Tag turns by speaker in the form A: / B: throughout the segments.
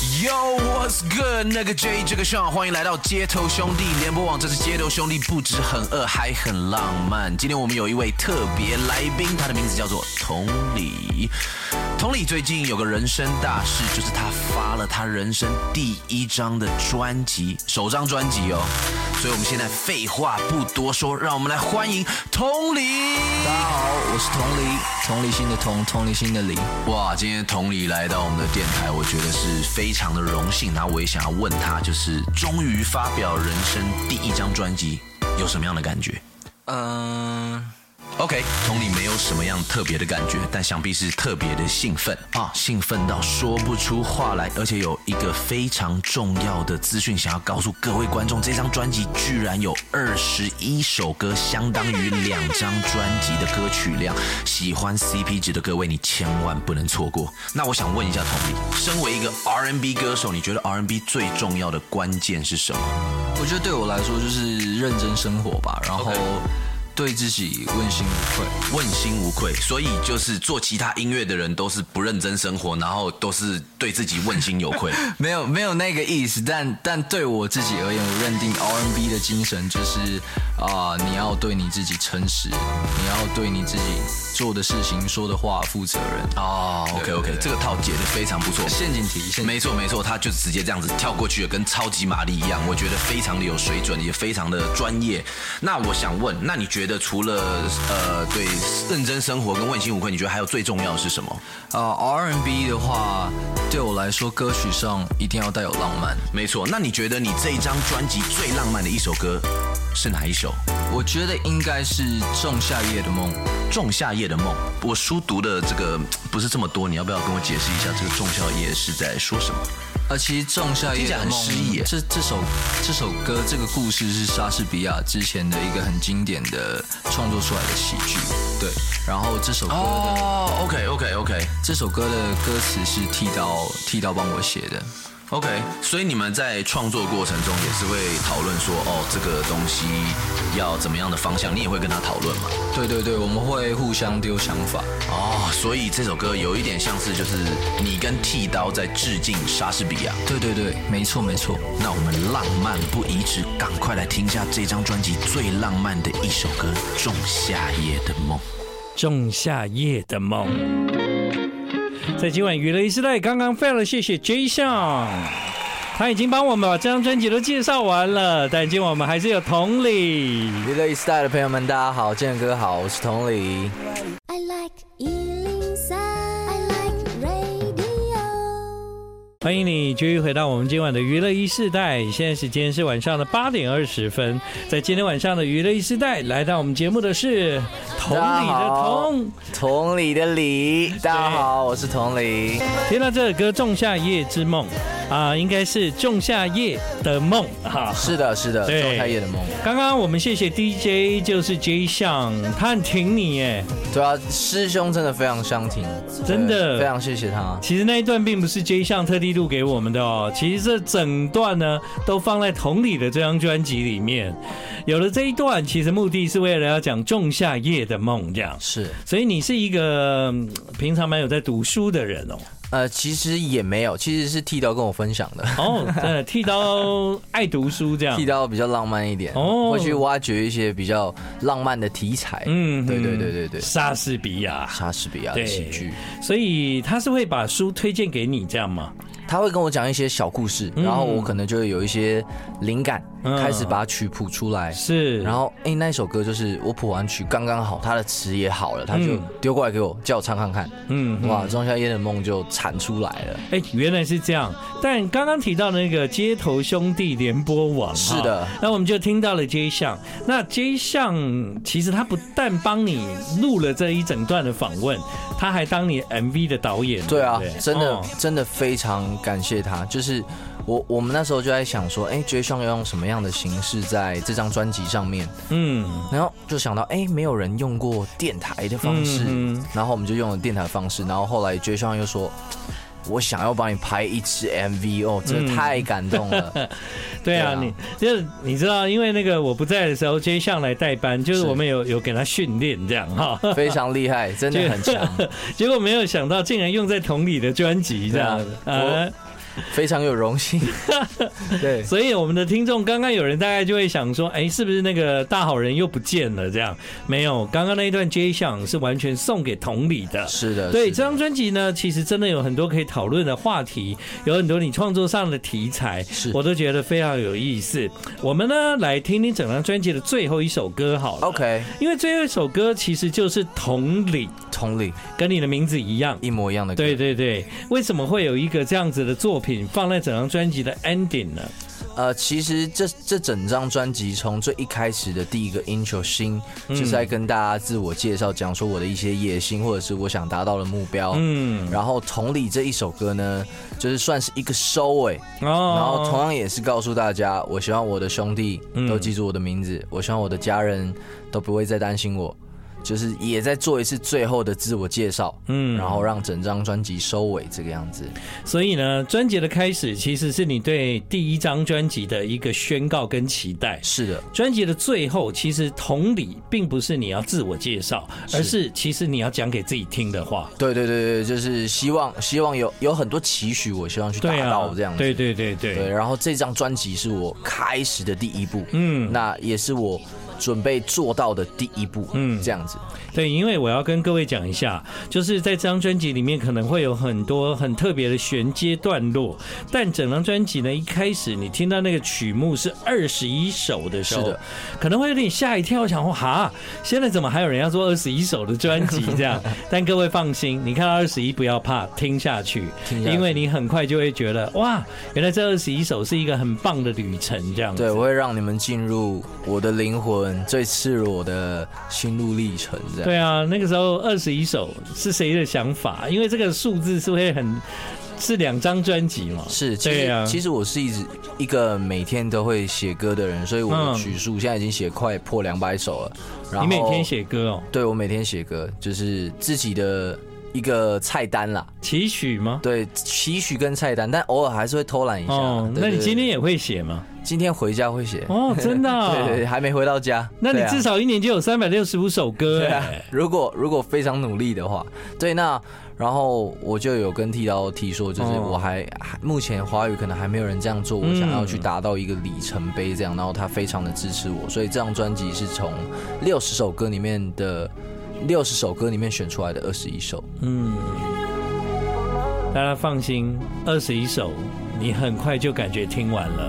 A: Yo，What's good？那个 J，这个 Sean，欢迎来到街头兄弟联播网。这是街头兄弟，不止很饿，还很浪漫。今天我们有一位特别来宾，他的名字叫做同理。同理最近有个人生大事，就是他发了他人生第一张的专辑，首张专辑哦。所以我们现在废话不多说，让我们来欢迎同理。
B: 大家好，我是同理，同理心的同，同理心的理。
A: 哇，今天同理来到我们的电台，我觉得是非常的荣幸。然后我也想要问他，就是终于发表人生第一张专辑，有什么样的感觉
B: 嗯、
A: ？OK，同理没有什么样特别的感觉，但想必是特别的兴奋啊，兴奋到说不出话来，而且有一个非常重要的资讯想要告诉各位观众，这张专辑居然有二十一首歌，相当于两张专辑的歌曲量。喜欢 CP 值的各位，你千万不能错过。那我想问一下同理，身为一个 R&B 歌手，你觉得 R&B 最重要的关键是什么？
B: 我觉得对我来说就是认真生活吧，然后
A: OK
B: 对自己问心无愧。
A: 问心无愧，所以就是做其他音乐的人都是不认真生活，然后都是对自己问心有愧。
B: 没有没有那个意思，但但对我自己而言，我认定 R&B 的精神就是啊、你要对你自己诚实，你要对你自己做的事情、说的话负责任。
A: 哦
B: 啊，
A: ，OK
B: 对
A: OK，
B: 对
A: 这个套解的非常不错。
B: 陷阱题，陷阱
A: 没错没错，他就直接这样子跳过去了，跟超级玛丽一样，我觉得非常的有水准，也非常的专业。那我想问，那你觉得除了呃对认真生活跟问心无愧，你觉得还有最重要的是什么？
B: 呃 R&B 的话，对我来说，歌曲上一定要带有浪漫。
A: 没错，那你觉得你这一张专辑最浪漫的一首歌是哪一首？
B: 我觉得应该是《仲夏夜的梦》。
A: 仲夏夜的梦，我书读的这个不是这么多，你要不要跟我解释一下这个仲夏夜是在说什么？
B: 呃，其实《仲夏夜
A: 听起来
B: 的
A: 很
B: 梦
A: 诗意》耶
B: 这这首这首歌这个故事是莎士比亚之前的一个很经典的创作出来的喜剧。对，然后这首歌的、
A: 哦，OK OK OK
B: 这首歌的歌词是剃刀剃刀帮我写的。
A: OK，所以你们在创作过程中也是会讨论说，哦，这个东西要怎么样的方向，你也会跟他讨论嘛？
B: 对对对，我们会互相丢想法。
A: 哦，所以这首歌有一点像是就是你跟剃刀在致敬莎士比亚。
B: 对对对，没错没错。
A: 那我们浪漫不移植，赶快来听一下这张专辑最浪漫的一首歌《仲夏夜的梦》。
C: 仲夏夜的梦。在今晚娱乐一时代，刚刚非常谢谢 J 项，他已经帮我们把这张专辑都介绍完了，但今晚我们还是有同理。
B: 娱乐一时代的朋友们，大家好，建哥好，我是同理。
D: I like Ealing Sound. I like radio.
C: 欢迎你继续回到我们今晚的娱乐一世代，现在时间是晚上的八点二十分。在今天晚上的娱乐一世代，来到我们节目的是同理
B: 大家
C: 的
B: 好
C: 同。
B: 同理的理，大家好，我是同理。
C: 听到这首歌《仲夏夜之梦》啊、应该是仲夏夜的梦哈。
B: 是的，是的，
C: 对
B: 仲夏夜的梦。
C: 刚刚我们谢谢 DJ，就是 J 项，他很挺你耶。
B: 对啊，师兄真的非常相挺，
C: 真的
B: 对非常谢谢他。
C: 其实那一段并不是 J 项特地录给我们的哦，其实这整段呢都放在同理的这张专辑里面。有了这一段，其实目的是为了要讲仲夏夜的梦这样。
B: 是，
C: 所以你是一个嗯平常蛮有在读书的人哦。
B: 呃，其实也没有，其实是剃刀跟我分享 的。
C: 哦，真的剃刀爱读书这样
B: 剃。刀比较浪漫一点，
C: 哦
B: 会去挖掘一些比较浪漫的题材。
C: 嗯
B: 对对对对对，
C: 莎士比亚。
B: 莎士比亚的喜剧，
C: 所以他是会把书推荐给你这样吗？
B: 他会跟我讲一些小故事，然后我可能就会有一些灵感，
C: 嗯
B: 开始把曲谱出来。
C: 是。
B: 然后，哎，那一首歌就是我谱完曲刚刚好，他的词也好了，他就
C: 嗯
B: 丢过来给我，叫我唱看看。
C: 嗯
B: 哇，仲夏夜的梦就产出来了。
C: 哎，原来是这样。但刚刚提到那个街头兄弟联播网哈，
B: 是的
C: 那我们就听到了 J 项。那 J 项其实他不但帮你录了这一整段的访问，他还当你 MV 的导演。
B: 对啊
C: 不对，
B: 真的
C: 哦
B: 真的非常感谢他。就是我我们那时候就在想说，哎，J 双要用什么样的形式在这张专辑上面？
C: 嗯，
B: 然后就想到，哎，没有人用过电台的方式
C: 嗯嗯，
B: 然后我们就用了电台方式。然后后来 J 双又说。我想要帮你拍一支 MV 哦，真的太感动 了。
C: 对
B: 对
C: 啊，
B: 啊
C: 你就是你知道，因为那个我不在的时候，J 项来代班，就是
B: 是
C: 我们有有给他训练这样哈。
B: 非常厉害，真的很强。
C: 结果没有想到，竟然用在同里的专辑这样
B: 对啊。我
C: 呃
B: 非常有荣幸。 对，
C: 所以我们的听众刚刚有人大概就会想说，哎，是不是那个大好人又不见了？这样没有，刚刚那一段街巷是完全送给同理的。
B: 是的，
C: 对
B: 是
C: 这
B: 的
C: 张专辑呢，其实真的有很多可以讨论的话题，有很多你创作上的题材
B: 是，
C: 我都觉得非常有意思。我们呢来听听整张专辑的最后一首歌好了
B: OK，
C: 因为最后一首歌其实就是《同理》，
B: 同理，
C: 跟你的名字一样。
B: 一模一样的歌。
C: 对对对，为什么会有一个这样子的作品放在整张专辑的 ending 呢？
B: 呃，其实这这整张专辑从最一开始的第一个 intro 新，
C: 嗯
B: 就是在跟大家自我介绍，讲说我的一些野心或者是我想达到的目标。
C: 嗯，
B: 然后同理这一首歌呢，就是算是一个收尾，
C: 哦
B: 然后同样也是告诉大家，我希望我的兄弟
C: 嗯
B: 都记住我的名字，我希望我的家人都不会再担心我，就是也在做一次最后的自我介绍，
C: 嗯
B: 嗯，然后让整张专辑收尾这个样子。
C: 所以呢，专辑的开始其实是你对第一张专辑的一个宣告跟期待。
B: 是的，
C: 专辑的最后，其实同理并不是你要自我介绍，而是其实你要讲给自己听的话。
B: 对对对对，就是希望希望有有很多期许，我希望去
C: 对
B: 达
C: 啊
B: 到这样，子。
C: 对对对对，
B: 对，然后这张专辑是我开始的第一步，
C: 嗯
B: 嗯，那也是我准备做到的第一步，
C: 嗯
B: 嗯，这样子，
C: 对，因为我要跟各位讲一下，就是在这张专辑里面可能会有很多很特别的衔接段落，但整张专辑呢，一开始你听到那个曲目是二十一首的时
B: 是
C: 候
B: 的，
C: 可能会有点吓一跳，想说哈，现在怎么还有人要做二十一首的专辑 这样？但各位放心，你看到二十一不要怕，听下去，
B: 听下去
C: 因为你很快就会觉得哇，原来这二十一首是一个很棒的旅程这样子。
B: 对，我会让你们进入我的灵魂最赤裸的心路历程，这样，
C: 对啊，那个时候二十一首是谁的想法？因为这个数字是会很是两张专辑嘛？
B: 是，其
C: 对
B: 实、
C: 啊，
B: 其实我是一直一个每天都会写歌的人，所以我
C: 嗯
B: 的曲数现在已经写快破两百首了，然
C: 你
B: 后
C: 每天，写歌哦，
B: 对我每天写歌，就是自己的一个菜单啦，
C: 期许吗？
B: 对，期许跟菜单，但偶尔还是会偷懒一下，
C: 哦，
B: 对
C: 那你
B: 对
C: 今
B: 对
C: 天也会写吗？
B: 今天回家会写。
C: 哦，真的啊、
B: 对对对，还没回到家。
C: 那你
B: 对啊
C: 至少一年就有三百六十五首歌
B: 对啊
C: 哎，
B: 如果如果非常努力的话，对，那然后我就有跟剃刀提说，就是
C: 哦
B: 我还还目前华语可能还没有人这样做，我想要去达到一个里程碑这样，然后他非常的支持我，所以这张专辑是从六十首歌里面的。六十首歌里面选出来的二十一首，
C: 啊大家放心，二十一首你很快就感觉听完了。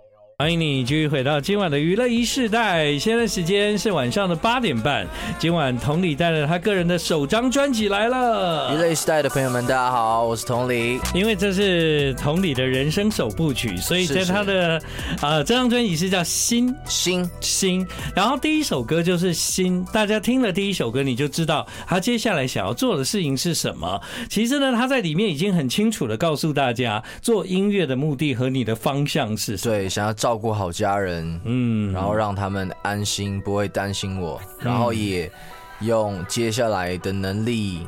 C: 欢迎你继续回到今晚的娱乐一世代，现在时间是晚上的八点半。今晚同理带了他个人的首张专辑来
B: 娱
C: 了，
B: 乐时代的朋友们，大家好，我是童林。
C: 因为这是同理的人生首部曲，所以
B: 是
C: 在他
B: 是
C: 的呃这张专辑是叫《心》。
B: 心
C: 心，然后第一首歌就是心，大家听了第一首歌你就知道他接下来想要做的事情是什么。其实呢，他在里面已经很清楚的告诉大家，做音乐的目的和你的方向是什么。
B: 对，想要照顾好家人，
C: 嗯，
B: 然后让他们安心，不会担心我，然后也用接下来的能力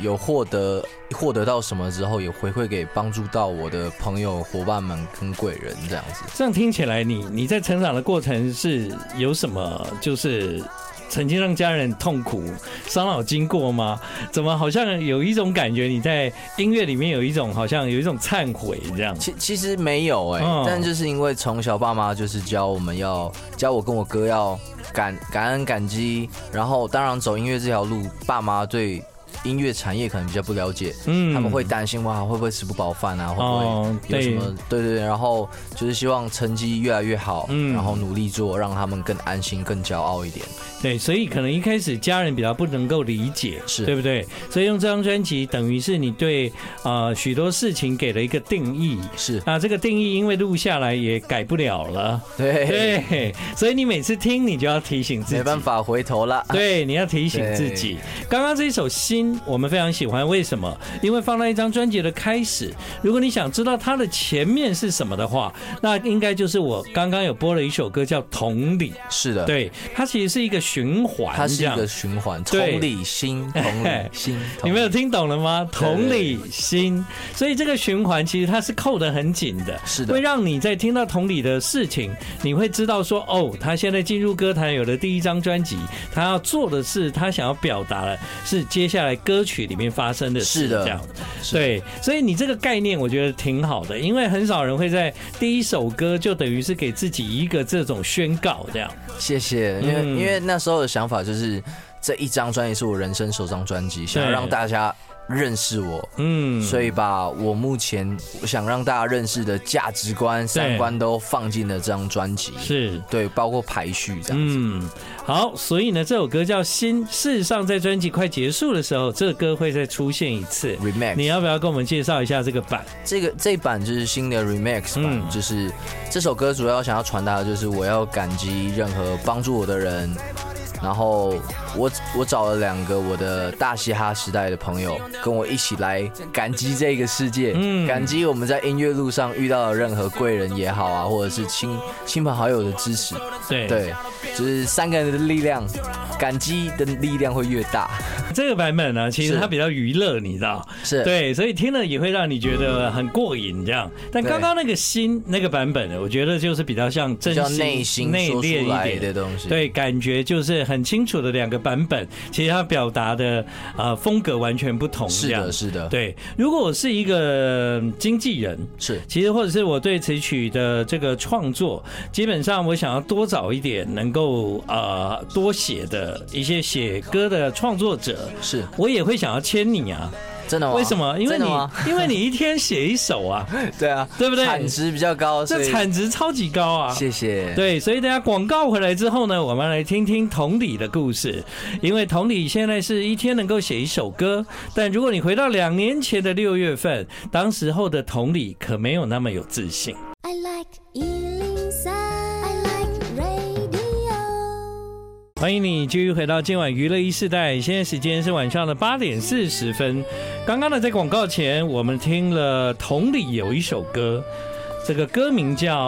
B: 有获得获得到什么之后，也回馈给帮助到我的朋友、伙伴们跟贵人这样子。
C: 这样听起来你你在成长的过程是有什么就是？曾经让家人痛苦、伤脑筋过吗？怎么好像有一种感觉，你在音乐里面有一种好像有一种忏悔这样？
B: 其其实没有哎、
C: 嗯
B: 但就是因为从小爸妈就是教我们要教我跟我哥要感感恩感激，然后当然走音乐这条路，爸妈对音乐产业可能比较不了解，
C: 嗯
B: 他们会担心哇会不会吃不饱饭啊，会不
C: 哦
B: 会有什么、对对对，然后就是希望成绩越来越好，
C: 嗯
B: 然后努力做，让他们更安心、更骄傲一点。
C: 对，所以可能一开始家人比较不能够理解，
B: 是
C: 对不对？所以用这张专辑，等于是你对呃许多事情给了一个定义。
B: 是
C: 那这个定义因为录下来也改不了了，
B: 对，
C: 对，所以你每次听你就要提醒自己，
B: 没办法回头了。
C: 对，你要提醒自己。刚刚这一首《心》，我们非常喜欢，为什么？因为放在一张专辑的开始。如果你想知道它的前面是什么的话，那应该就是我刚刚有播了一首歌叫《同理》，
B: 是的，，
C: 对，它其实是一个循环，
B: 它是
C: 这
B: 一
C: 样
B: 个循环，
C: 对，
B: 同理心，同理心
C: 你们有
B: 同理
C: 听懂了吗？同
B: 对
C: 理心，所以这个循环其实它是扣得很紧的，
B: 是的
C: 会让你在听到同理的事情，你会知道说，哦，他现在进入歌坛有了第一张专辑，他要做的是，他想要表达的是接下来歌曲里面发生的事，
B: 是的
C: 这样。对，所以你这个概念我觉得挺好的，因为很少人会在第一首歌就等于是给自己一个这种宣告，这样。
B: 谢
C: 嗯
B: 谢，因为、因为那时候的想法就是这一张专辑是我人生首张专辑，想要让大家认识我，
C: 嗯，
B: 所以把我目前想让大家认识的价值观、三观都放进了这张专辑，
C: 是。
B: 对，包括排序这样子。
C: 嗯，好，所以呢，这首歌叫《心》，事实上在专辑快结束的时候，这个歌会再出现一次。
B: Remix，
C: 你要不要跟我们介绍一下这个版？
B: 这个这一版就是新的 remix 版，
C: 嗯
B: 就是这首歌主要想要传达的就是我要感激任何帮助我的人。然后我我找了两个我的大嘻哈时代的朋友，跟我一起来感激这个世界，
C: 嗯
B: 感激我们在音乐路上遇到的任何贵人也好啊，或者是亲亲朋好友的支持，
C: 对，
B: 对，就是三个人的力量，感激的力量会越大，
C: 这个版本呢，其实
B: 是
C: 它比较娱乐，你知道。
B: 是
C: 对，所以听了也会让你觉得很过瘾这样。但
B: 对
C: 刚刚那个新那个版本呢，我觉得就是比较像真
B: 比较
C: 心
B: 内心
C: 内
B: 说
C: 敛
B: 出来
C: 一
B: 的
C: 点。
B: 东西，
C: 对，感觉就是很清楚的两个版本，其实它表达的呃风格完全不同。
B: 是
C: 这样
B: 的，是的，
C: 对，如果我是一个嗯经纪人，
B: 是
C: 其实或者是我对词曲的这个创作，基本上我想要多找一点能够呃多写的一些写歌的创作者，
B: 是，
C: 我也会想要签你啊。
B: 真的吗？
C: 为什么？因为
B: 哦真
C: 你
B: 的吗
C: 因为你一天写一 首啊，
B: 对啊，
C: 对不对
B: 产值比较高，所
C: 这
B: 以
C: 产值超级高啊。
B: 谢谢。，
C: 对，所以等一下广告回来之后呢，我们来听听同理的故事。因为同理现在是一天能够写一首歌，但如果你回到两年前的六月份，当时候的同理可没有那么有自信。
D: I like Ealing Sound. I like radio.
C: 欢迎你继续回到今晚娱乐一世代，现在时间是晚上的八点四十分。刚刚呢，在广告前我们听了同理有一首歌，这个歌名叫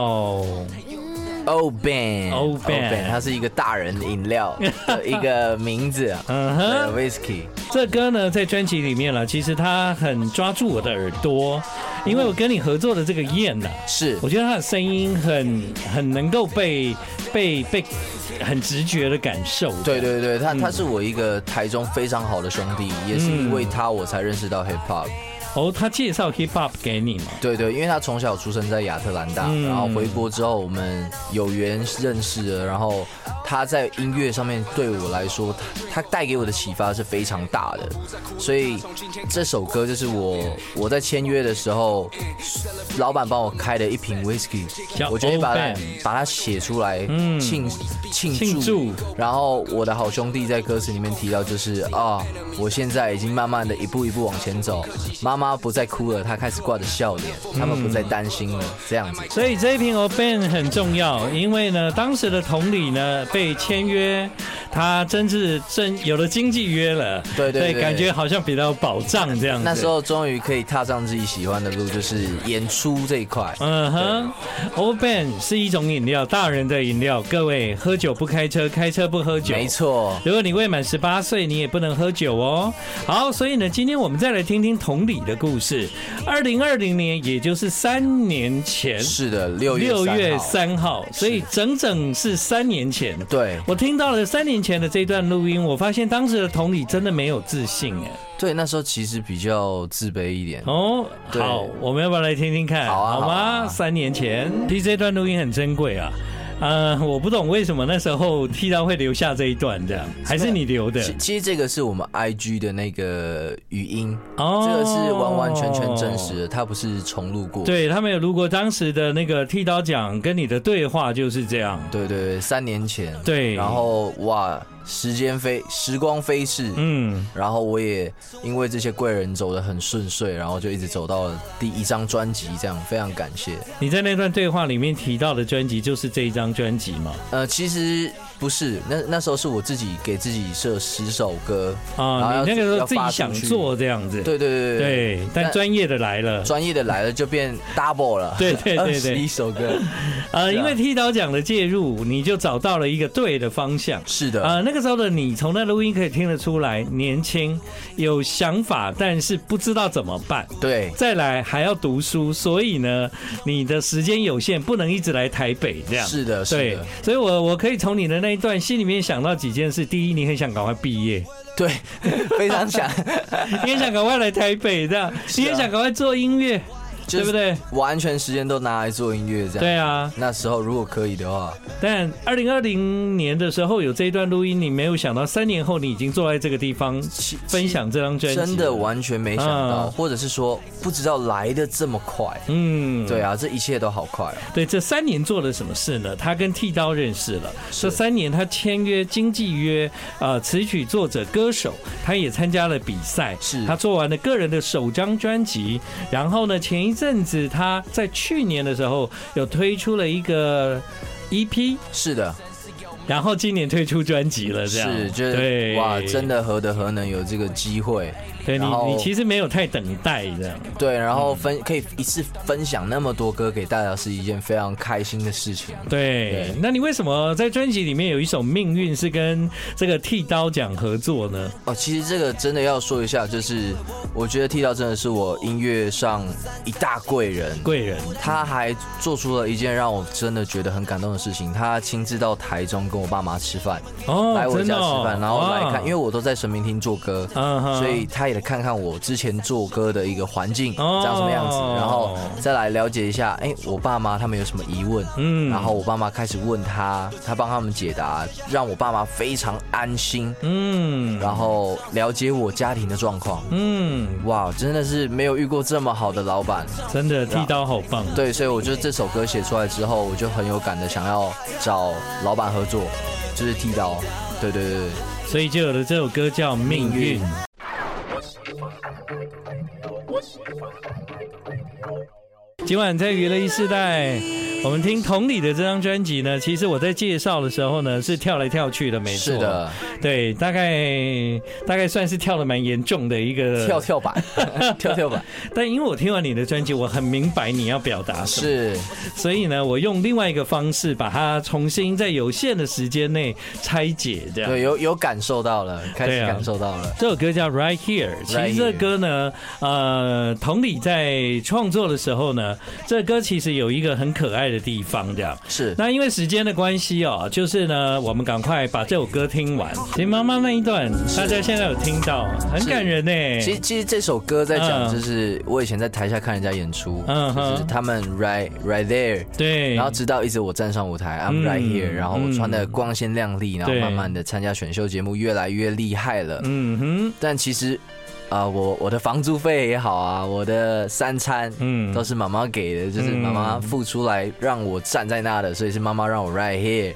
B: o Ben，
C: Oh Ben
B: 它是一个大人饮料的一个名字啊。
C: 嗯
B: 对
C: 哼。
B: Whisky，
C: 这歌呢，在专辑里面了，其实它很抓住我的耳朵，因为我跟你合作的这个燕呐、
B: 是
C: 我觉得他的声音很很能够被被被很直觉的感受。
B: 对对对，
C: 嗯
B: 他他是我一个台中非常好的兄弟，也是因为他我才认识到 hip hop。
C: 哦，他介绍 hip hop 给你嘛？
B: 对对，因为他从小出生在亚特兰大，
C: 嗯
B: 然后回国之后我们有缘认识了，然后他在音乐上面对我来说，他他带给我的启发是非常大的，所以这首歌就是我我在签约的时候，老板帮我开的一瓶 whisky，
C: 叫
B: 我决定把
C: Old
B: 它
C: Bay
B: 把它写出来，
C: 嗯
B: 庆庆祝，
C: 庆祝
B: 然后我的好兄弟在歌词里面提到，就是啊，我现在已经慢慢的一步一步往前走，妈妈不再哭了，她开始挂着笑脸，
C: 嗯
B: 他们不再担心了，这样子。
C: 所以这一瓶 o b e n 很重要，因为呢，当时的同理呢被签约，他真是真有了经纪约了，
B: 对对对
C: 感觉好像比较有保障这样子。
B: 那时候终于可以踏上自己喜欢的路，就是演出这一块。
C: 嗯哼，Old Ben 是一种饮料，大人的饮料。各位，喝酒不开车，开车不喝酒。
B: 没。错，
C: 如果你未满十八岁，你也不能喝酒哦。好，所以呢，今天我们再来听听同理的故事。二零二零年，也就是三年前，
B: 是的，六月
C: 六月
B: 3号，
C: 三号，所以整整是三年前。
B: 对
C: 我听到了三年前的这段录音，我发现当时的同理真的没有自信哎。
B: 对，那时候其实比较自卑一点。
C: 哦，
B: 对
C: 好，我们要不要来听听看？
B: 好啊
C: 好吗？
B: 好啊
C: 三年前，其实这段录音很珍贵啊。呃，我不懂为什么那时候剃刀会留下这一段，这样还是你留的？
B: 其其实这个是我们 I G 的那个语音，
C: 哦
B: 这个是完完全全真实。的，它不是重录过。
C: 对他们有录过当时的那个剃刀奖跟你的对话，就是这样。
B: 对对对，三年前。
C: 对
B: 然后哇，时间飞，时光飞逝。
C: 嗯，
B: 然后我也因为这些贵人走得很顺遂，然后就一直走到了第一张专辑，这样非常感谢。
C: 你在那段对话里面提到的专辑就是这一张专辑嘛？
B: 呃，其实不是，那那时候是我自己给自己设十首歌然后
C: 啊，
B: 要
C: 你那个时候
B: 要
C: 自己
B: 发出
C: 想
B: 去
C: 做这样子。
B: 对对对对对，
C: 对，但
B: 但
C: 专业的来了。
B: 专业的来了就变 double 了，
C: 对对对对
B: 一首歌，
C: 呃，
B: 是啊
C: 因为剃刀奖的介入，你就找到了一个对的方向。
B: 是啊的，
C: 呃，那个时候的你，从那录音可以听得出来，年轻有想法，但是不知道怎么办。
B: 对，
C: 再来还要读书，所以呢，你的时间有限，不能一直来台北这样。
B: 是的，是
C: 对
B: 的，，
C: 所以我我可以从你的那一段心里面想到几件事。第一，你很想赶快毕业，
B: 对，非常 想，
C: 你也想赶快来台北这样，你也想赶快做音乐，对
B: 啊就是啊
C: 不对？
B: 完全时间都拿来做音乐这样。
C: 对啊，
B: 那时候如果可以的话，
C: 但二零二零年的时候有这一段录音，你没有想到三年后你已经坐在这个地方
B: 其
C: 分享这张专辑，
B: 真的，完全没想到，
C: 嗯
B: 或者是说不知道来的这么快。
C: 嗯，
B: 对啊，这一切都好快哦。
C: 对，这三年做了什么事呢？他跟剃刀认识了，这三年他签约经纪约，呃，词曲作者、歌手，他也参加了比赛，
B: 是
C: 他做完了个人的首张专辑。然后呢，前一阵子他在去年的时候有推出了一个 E EP，
B: 是的，
C: 然后今年推出专辑了，这样
B: 是就是
C: 对
B: 哇，真的何德何能有这个机会？
C: 对你
B: 然后
C: 你其实没嗯有太等待这样，
B: 对，然后分可以一次分享那么多歌给大家，是一件非常开心的事情。
C: 对，
B: 对
C: 那你为什么在专辑里面有一首《命运》是跟这个剃刀奖合作呢？
B: 哦，其实这个真的要说一下，就是我觉得剃刀真的是我音乐上一大贵人。
C: 贵人。
B: 他还做出了一件让我真的觉得很感动的事情，他亲自到台中跟我爸妈吃饭，
C: 哦，
B: 来我
C: 真的
B: 家
C: 哦
B: 吃饭，然后来
C: 哇
B: 看，因为我都在神明厅做歌，
C: 嗯哼
B: 所以他也来看看我之前做歌的一个环境
C: 哦
B: 长什么样子，然后再来了解一下，哎，我爸妈他们有什么疑问，嗯，
C: 嗯
B: 然后我爸妈开始问他，他帮他们解答，让我爸妈非常安心，
C: 嗯
B: 然后了解我家庭的状况。
C: 嗯，
B: 哇，真的是没有遇过这么好的老板，
C: 真的
B: 啊
C: 剃刀好棒。
B: 对，所以我觉得这首歌写出来之后，我就很有感的想要找老板合作，就是剃刀，对对对对。
C: 所以就有了这首歌叫《命运》。今晚在娱乐一世代，我们听同理的这张专辑呢，其实我在介绍的时候呢，是跳来跳去的，没错，
B: 是的，
C: 对，大概大概算是跳的蛮严重的一个
B: 跳，跳 板，跳跳板
C: 但因为我听完你的专辑，我很明白你要表达什么。
B: 是
C: 所以呢，我用另外一个方式把它重新在有限的时间内拆解这样。
B: 对，有有感受到了，开
C: 对
B: 始
C: 啊
B: 感受到了，
C: 这首歌叫《Right Here》，其实这歌呢，呃，同理在创作的时候呢，这歌其实有一个很可爱的地方，这样。
B: 是
C: 那因为时间的关系哦，就是呢，我们赶快把这首歌听完。其实妈妈那一段，大家现在有听到，很感人
B: 其
C: 呢
B: 实。其实这首歌在
C: 哎嗯
B: 讲，就是我以前在台下看人家演出，
C: 嗯哼
B: 就是他们 right right there，
C: 对
B: 然，后直到一直我站上舞台
C: 嗯
B: ，I'm right here，然后我穿的光鲜亮丽，然后
C: 对
B: 慢慢的参加选秀节目，越来越厉害了。
C: 嗯哼，
B: 但其实啊，我我的房租费也好啊，我的三餐，
C: 嗯
B: 嗯，都是妈妈给的，就是妈妈付出来让我站在那的，所以是妈妈让我 right here。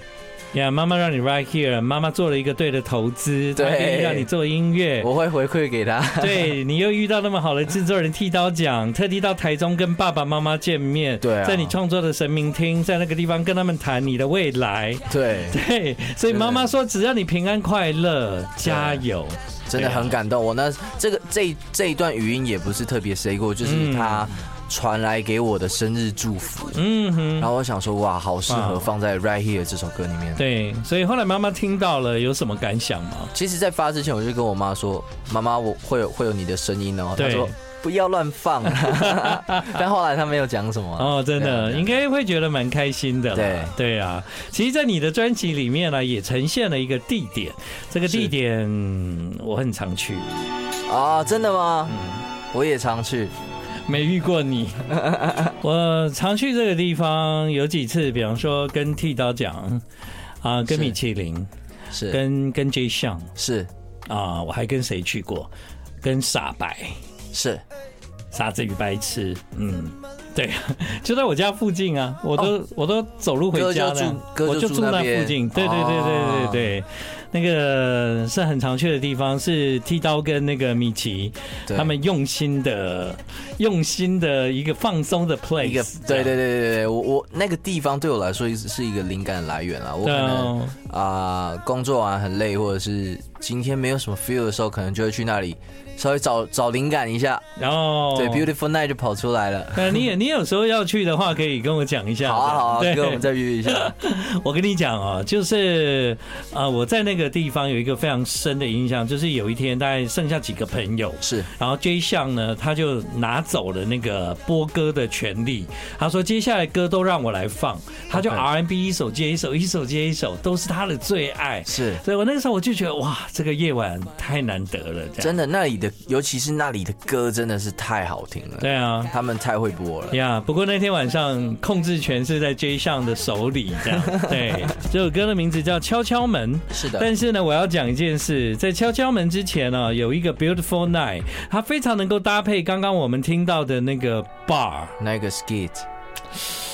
C: 呀，妈妈让你 right here，妈妈做了一个对的投资，
B: 对
C: 她愿意让你做音乐。
B: 我会回馈给 他。
C: 对你又遇到那么好的制作人剃刀奖，特地到台中跟爸爸妈妈见面，
B: 对啊
C: 在你创作的神明厅，在那个地方跟他们谈你的未来。
B: 对，
C: 对，所以妈妈说，只要你平安快乐，加油。
B: 真的很感动。我那这个这一这一段语音也不是特别谁过，就是他传来给我的生日祝福。
C: 嗯哼，
B: 然后我想说，哇，好适合放在《Right Here》这首歌里面。
C: 对，所以后来妈妈听到了，有什么感想吗？
B: 其实，在发之前，我就跟我妈说：“妈妈，我会有会有你的声音哦。”她
C: 对
B: 说：“不要乱放。”啊 但后来她没有讲什么。啊
C: 哦，真的，
B: 对
C: 应该会觉得蛮开心的啦。
B: 对
C: 对啊，其实，在你的专辑里面呢、也呈现了一个地点，这个地
B: 是
C: 点嗯我很常去，
B: 啊，真的吗？我也常去。
C: 没遇 过你。我常去这个地方有几次，比方说跟剃刀讲，啊、
B: 是
C: 跟米其林，
B: 是
C: 跟跟 J 项
B: 是
C: 啊，我还跟谁去过？跟傻白，
B: 是，
C: 傻子与白痴，嗯。对， 就在我家附近啊，我都、我都走路回家
B: 哥就
C: 的
B: 住，哦哥就
C: 我就
B: 住
C: 住那
B: 那边哦
C: 附近。对对对对对对，那个是很常去的地方，是剃刀跟那个米奇
B: 对
C: 他们用心的、用心的一个放松的 place，
B: 一个对对对对对对，我我那个地方对我来说是是一个灵感来源啦。我可
C: 对
B: 能
C: 哦
B: 啊、工作完很累，或者是今天没有什么 feel 的时候，可能就会去那里稍微找找灵感一下。
C: 然后
B: 对，Beautiful Night 就跑出来了。
C: 那你也你有时候要去的话，可以跟我讲一下。
B: 好啊好啊，
C: 对
B: 哥，我们再约一下。
C: 我跟你讲哦，就是呃，我在那个地方有一个非常深的影响，就是有一天大概剩下几个朋友，
B: 是
C: 然后 J 项呢，他就拿走了那个播歌的权利。他说接下来歌都让我来放，他就 R&B 一首接一首，一首接一首，都是他的最爱。
B: 是
C: 所以我那个时候我就觉得哇，这个夜晚太难得了，这样
B: 真的，那里的尤其是那里的歌真的是太好听了，
C: 对啊。
B: 他们太会播了。
C: 呀不过那天晚上控制权是在 J 项的手里，这样对。这首歌的名字叫《敲敲门》，
B: 是的，
C: 但是呢，我要讲一件事，在敲敲门之前呢、有一个 Beautiful Night，它非常能够搭配刚刚我们听到的那个 Bar。
B: 那个 skit
C: 啊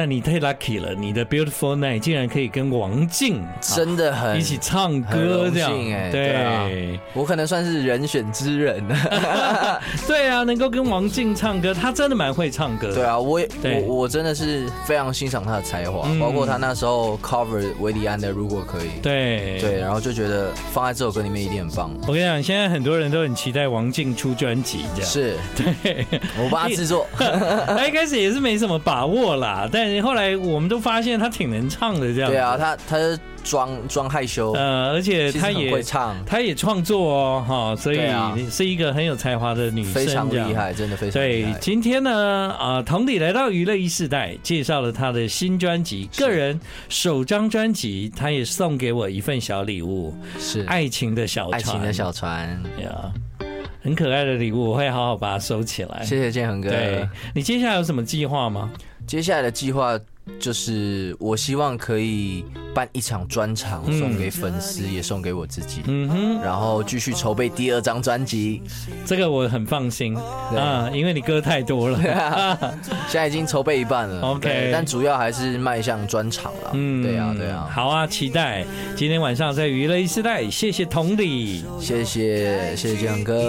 C: 那你太 lucky 了，你的 Beautiful Night 竟然可以跟王静
B: 真的
C: 啊
B: 很
C: 一起
B: 很
C: 唱歌，
B: 荣
C: 这样
B: 幸哎对啊
C: 对
B: 我可能算是人选之人。
C: 对啊，能够跟王静唱歌，她真的蛮会唱歌。
B: 对啊，我也
C: 对
B: 我我真的是非常欣赏他的才华，
C: 嗯
B: 包括他那时候 cover 维里安的《如果可以》
C: 对
B: 对，然后就觉得放在这首歌里面一定很棒。
C: 我跟你讲，现在很多人都很期待王静出专辑，这 样。
B: 是，
C: 对，
B: 我帮他制 作，
C: 他哎一开始也是没什么把握啦，但是后来我们都发现他挺能唱的，这样。
B: 对啊，他他就装装害羞，
C: 呃，而且
B: 其实
C: 她
B: 很
C: 也
B: 会唱，
C: 她也创作哦，哈，所以
B: 对啊
C: 是一个很有才华的女生，
B: 非常
C: 这样
B: 厉。害，真的非常厉
C: 对，
B: 害。
C: 今天呢，啊、同理来到娱乐一世代，介绍了她的新专辑，个人首张专辑，她也送给我一份小礼物，
B: 是
C: 爱情的小船，
B: 爱情的小船，
C: 呀，很可爱的礼物，我会好好把它收起来。
B: 谢谢建恒哥。
C: 对你接下来有什么计划吗？
B: 接下来的计划就是，我希望可以办一场专场，
C: 嗯
B: 送给粉丝，也送给我自己。
C: 嗯哼，
B: 然后继续筹备第二张专辑，
C: 这个我很放心啊，因为你歌太多了。
B: 现在已经筹备一半了。
C: OK
B: 对但主要还是迈向专场了。嗯，对啊，对啊。
C: 好啊，期待今天晚上在娱乐一时代，谢谢同理。
B: 谢谢，谢谢建恒哥。